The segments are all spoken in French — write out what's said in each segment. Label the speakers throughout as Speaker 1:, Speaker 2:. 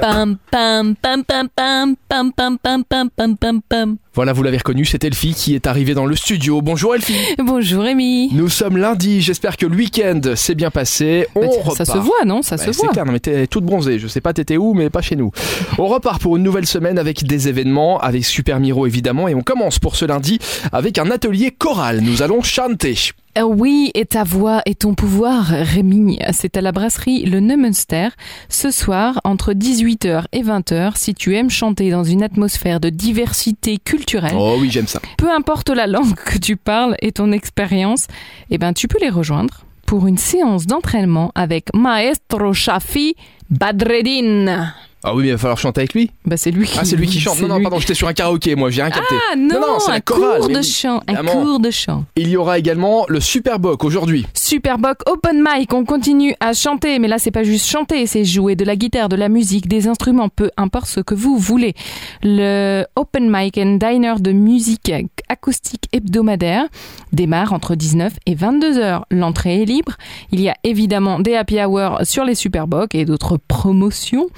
Speaker 1: Pam pam pam pam pam pam pam pam pam pam pam pam.
Speaker 2: Voilà, vous l'avez reconnu, c'est Elfie qui est arrivée dans le studio. Bonjour Elfie
Speaker 1: Bonjour Rémi.
Speaker 2: Nous sommes lundi, j'espère que le week-end s'est bien passé. On
Speaker 1: Bah, tiens,
Speaker 2: repart.
Speaker 1: ça se voit, non Ça
Speaker 2: Bah,
Speaker 1: se
Speaker 2: c'est
Speaker 1: voit.
Speaker 2: clair, non mais t'es toute bronzée, je sais pas t'étais où, mais pas chez nous. On repart pour une nouvelle semaine avec des événements, avec Super Miro évidemment, et on commence pour ce lundi avec un atelier choral. Nous allons chanter.
Speaker 1: Euh, oui, et ta voix et ton pouvoir, Rémi. C'est à la brasserie Le Neumünster, ce soir, entre 18h et 20h, si tu aimes chanter dans une atmosphère de diversité culturelle,
Speaker 2: Oh oui, j'aime ça.
Speaker 1: peu importe la langue que tu parles et ton expérience, eh ben, tu peux les rejoindre pour une séance d'entraînement avec Maestro Shafi Badreddin.
Speaker 2: Ah oui, mais il va falloir chanter avec lui.
Speaker 1: Bah, c'est lui qui
Speaker 2: Ah, c'est lui qui chante. Non, non,
Speaker 1: lui
Speaker 2: pardon, j'étais sur un karaoké, moi, j'ai rien capté.
Speaker 1: Ah non,
Speaker 2: Non, non, c'est la
Speaker 1: un
Speaker 2: chorale,
Speaker 1: cours
Speaker 2: mais
Speaker 1: de
Speaker 2: oui,
Speaker 1: chant, un
Speaker 2: évidemment.
Speaker 1: cours de chant.
Speaker 2: Il y aura également le Superboc aujourd'hui.
Speaker 1: Superboc Open Mic, on continue à chanter, mais là c'est pas juste chanter, c'est jouer de la guitare, de la musique, des instruments, peu importe ce que vous voulez. Le Open Mic and Diner de musique acoustique hebdomadaire démarre entre 19 et 22 heures. L'entrée est libre. Il y a évidemment des happy hours sur les Superbocs et d'autres promotions.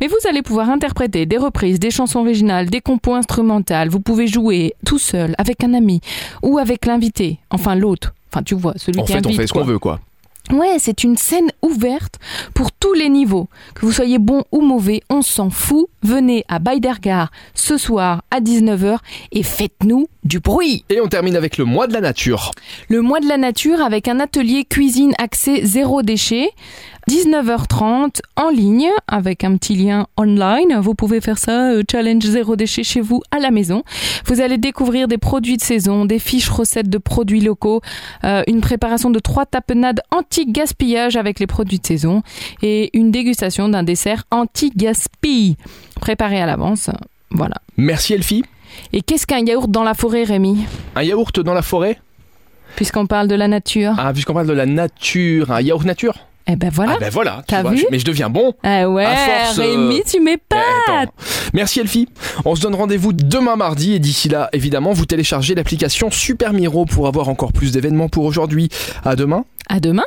Speaker 1: Mais vous allez pouvoir interpréter des reprises, des chansons originales, des compos instrumentales. Vous pouvez jouer tout seul, avec un ami ou avec l'invité, enfin l'autre. Enfin, tu vois, celui
Speaker 2: En
Speaker 1: qui
Speaker 2: fait, on
Speaker 1: invite,
Speaker 2: fait ce
Speaker 1: quoi.
Speaker 2: qu'on veut, quoi.
Speaker 1: Ouais, c'est une scène ouverte pour tous les niveaux. Que vous soyez bon ou mauvais, on s'en fout. Venez à Baidergar ce soir à 19h et faites-nous du bruit.
Speaker 2: Et on termine avec le mois de la nature.
Speaker 1: Le mois de la nature avec un atelier cuisine axé zéro déchet. 19h30 en ligne avec un petit lien online. Vous pouvez faire ça, euh, challenge zéro déchet chez vous à la maison. Vous allez découvrir des produits de saison, des fiches recettes de produits locaux, euh, une préparation de trois tapenades anti-gaspillage avec les produits de saison et une dégustation d'un dessert anti-gaspille préparé à l'avance. Voilà.
Speaker 2: Merci Elfie.
Speaker 1: Et qu'est-ce qu'un yaourt dans la forêt, Rémi
Speaker 2: Un yaourt dans la forêt
Speaker 1: Puisqu'on parle de la nature.
Speaker 2: Ah, puisqu'on parle de la nature, un yaourt nature
Speaker 1: Eh ben voilà.
Speaker 2: Ah ben voilà, tu
Speaker 1: T'as
Speaker 2: vois,
Speaker 1: vu
Speaker 2: je- mais je deviens bon.
Speaker 1: Ah ouais,
Speaker 2: À force, euh,
Speaker 1: Rémi, tu
Speaker 2: Eh,
Speaker 1: m'épates
Speaker 2: attends. Merci Elfie. On se donne rendez-vous demain mardi et d'ici là, évidemment, vous téléchargez l'application Super Miro pour avoir encore plus d'événements pour aujourd'hui. À demain.
Speaker 1: À demain